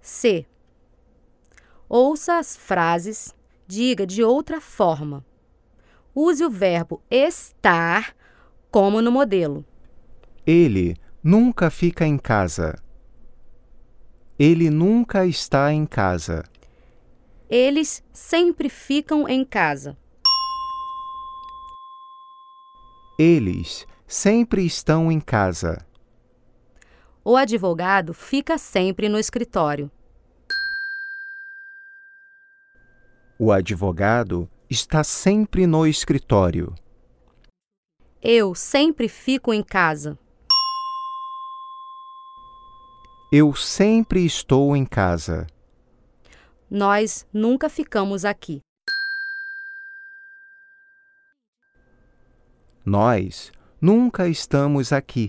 C. Ouça as frases, diga de outra forma. Use o verbo estar como no modelo. Ele nunca fica em casa. Ele nunca está em casa. Eles sempre ficam em casa. Eles sempre estão em casa. O advogado fica sempre no escritório. O advogado está sempre no escritório. Eu sempre fico em casa. Eu sempre estou em casa. Nós nunca ficamos aqui. Nós nunca estamos aqui.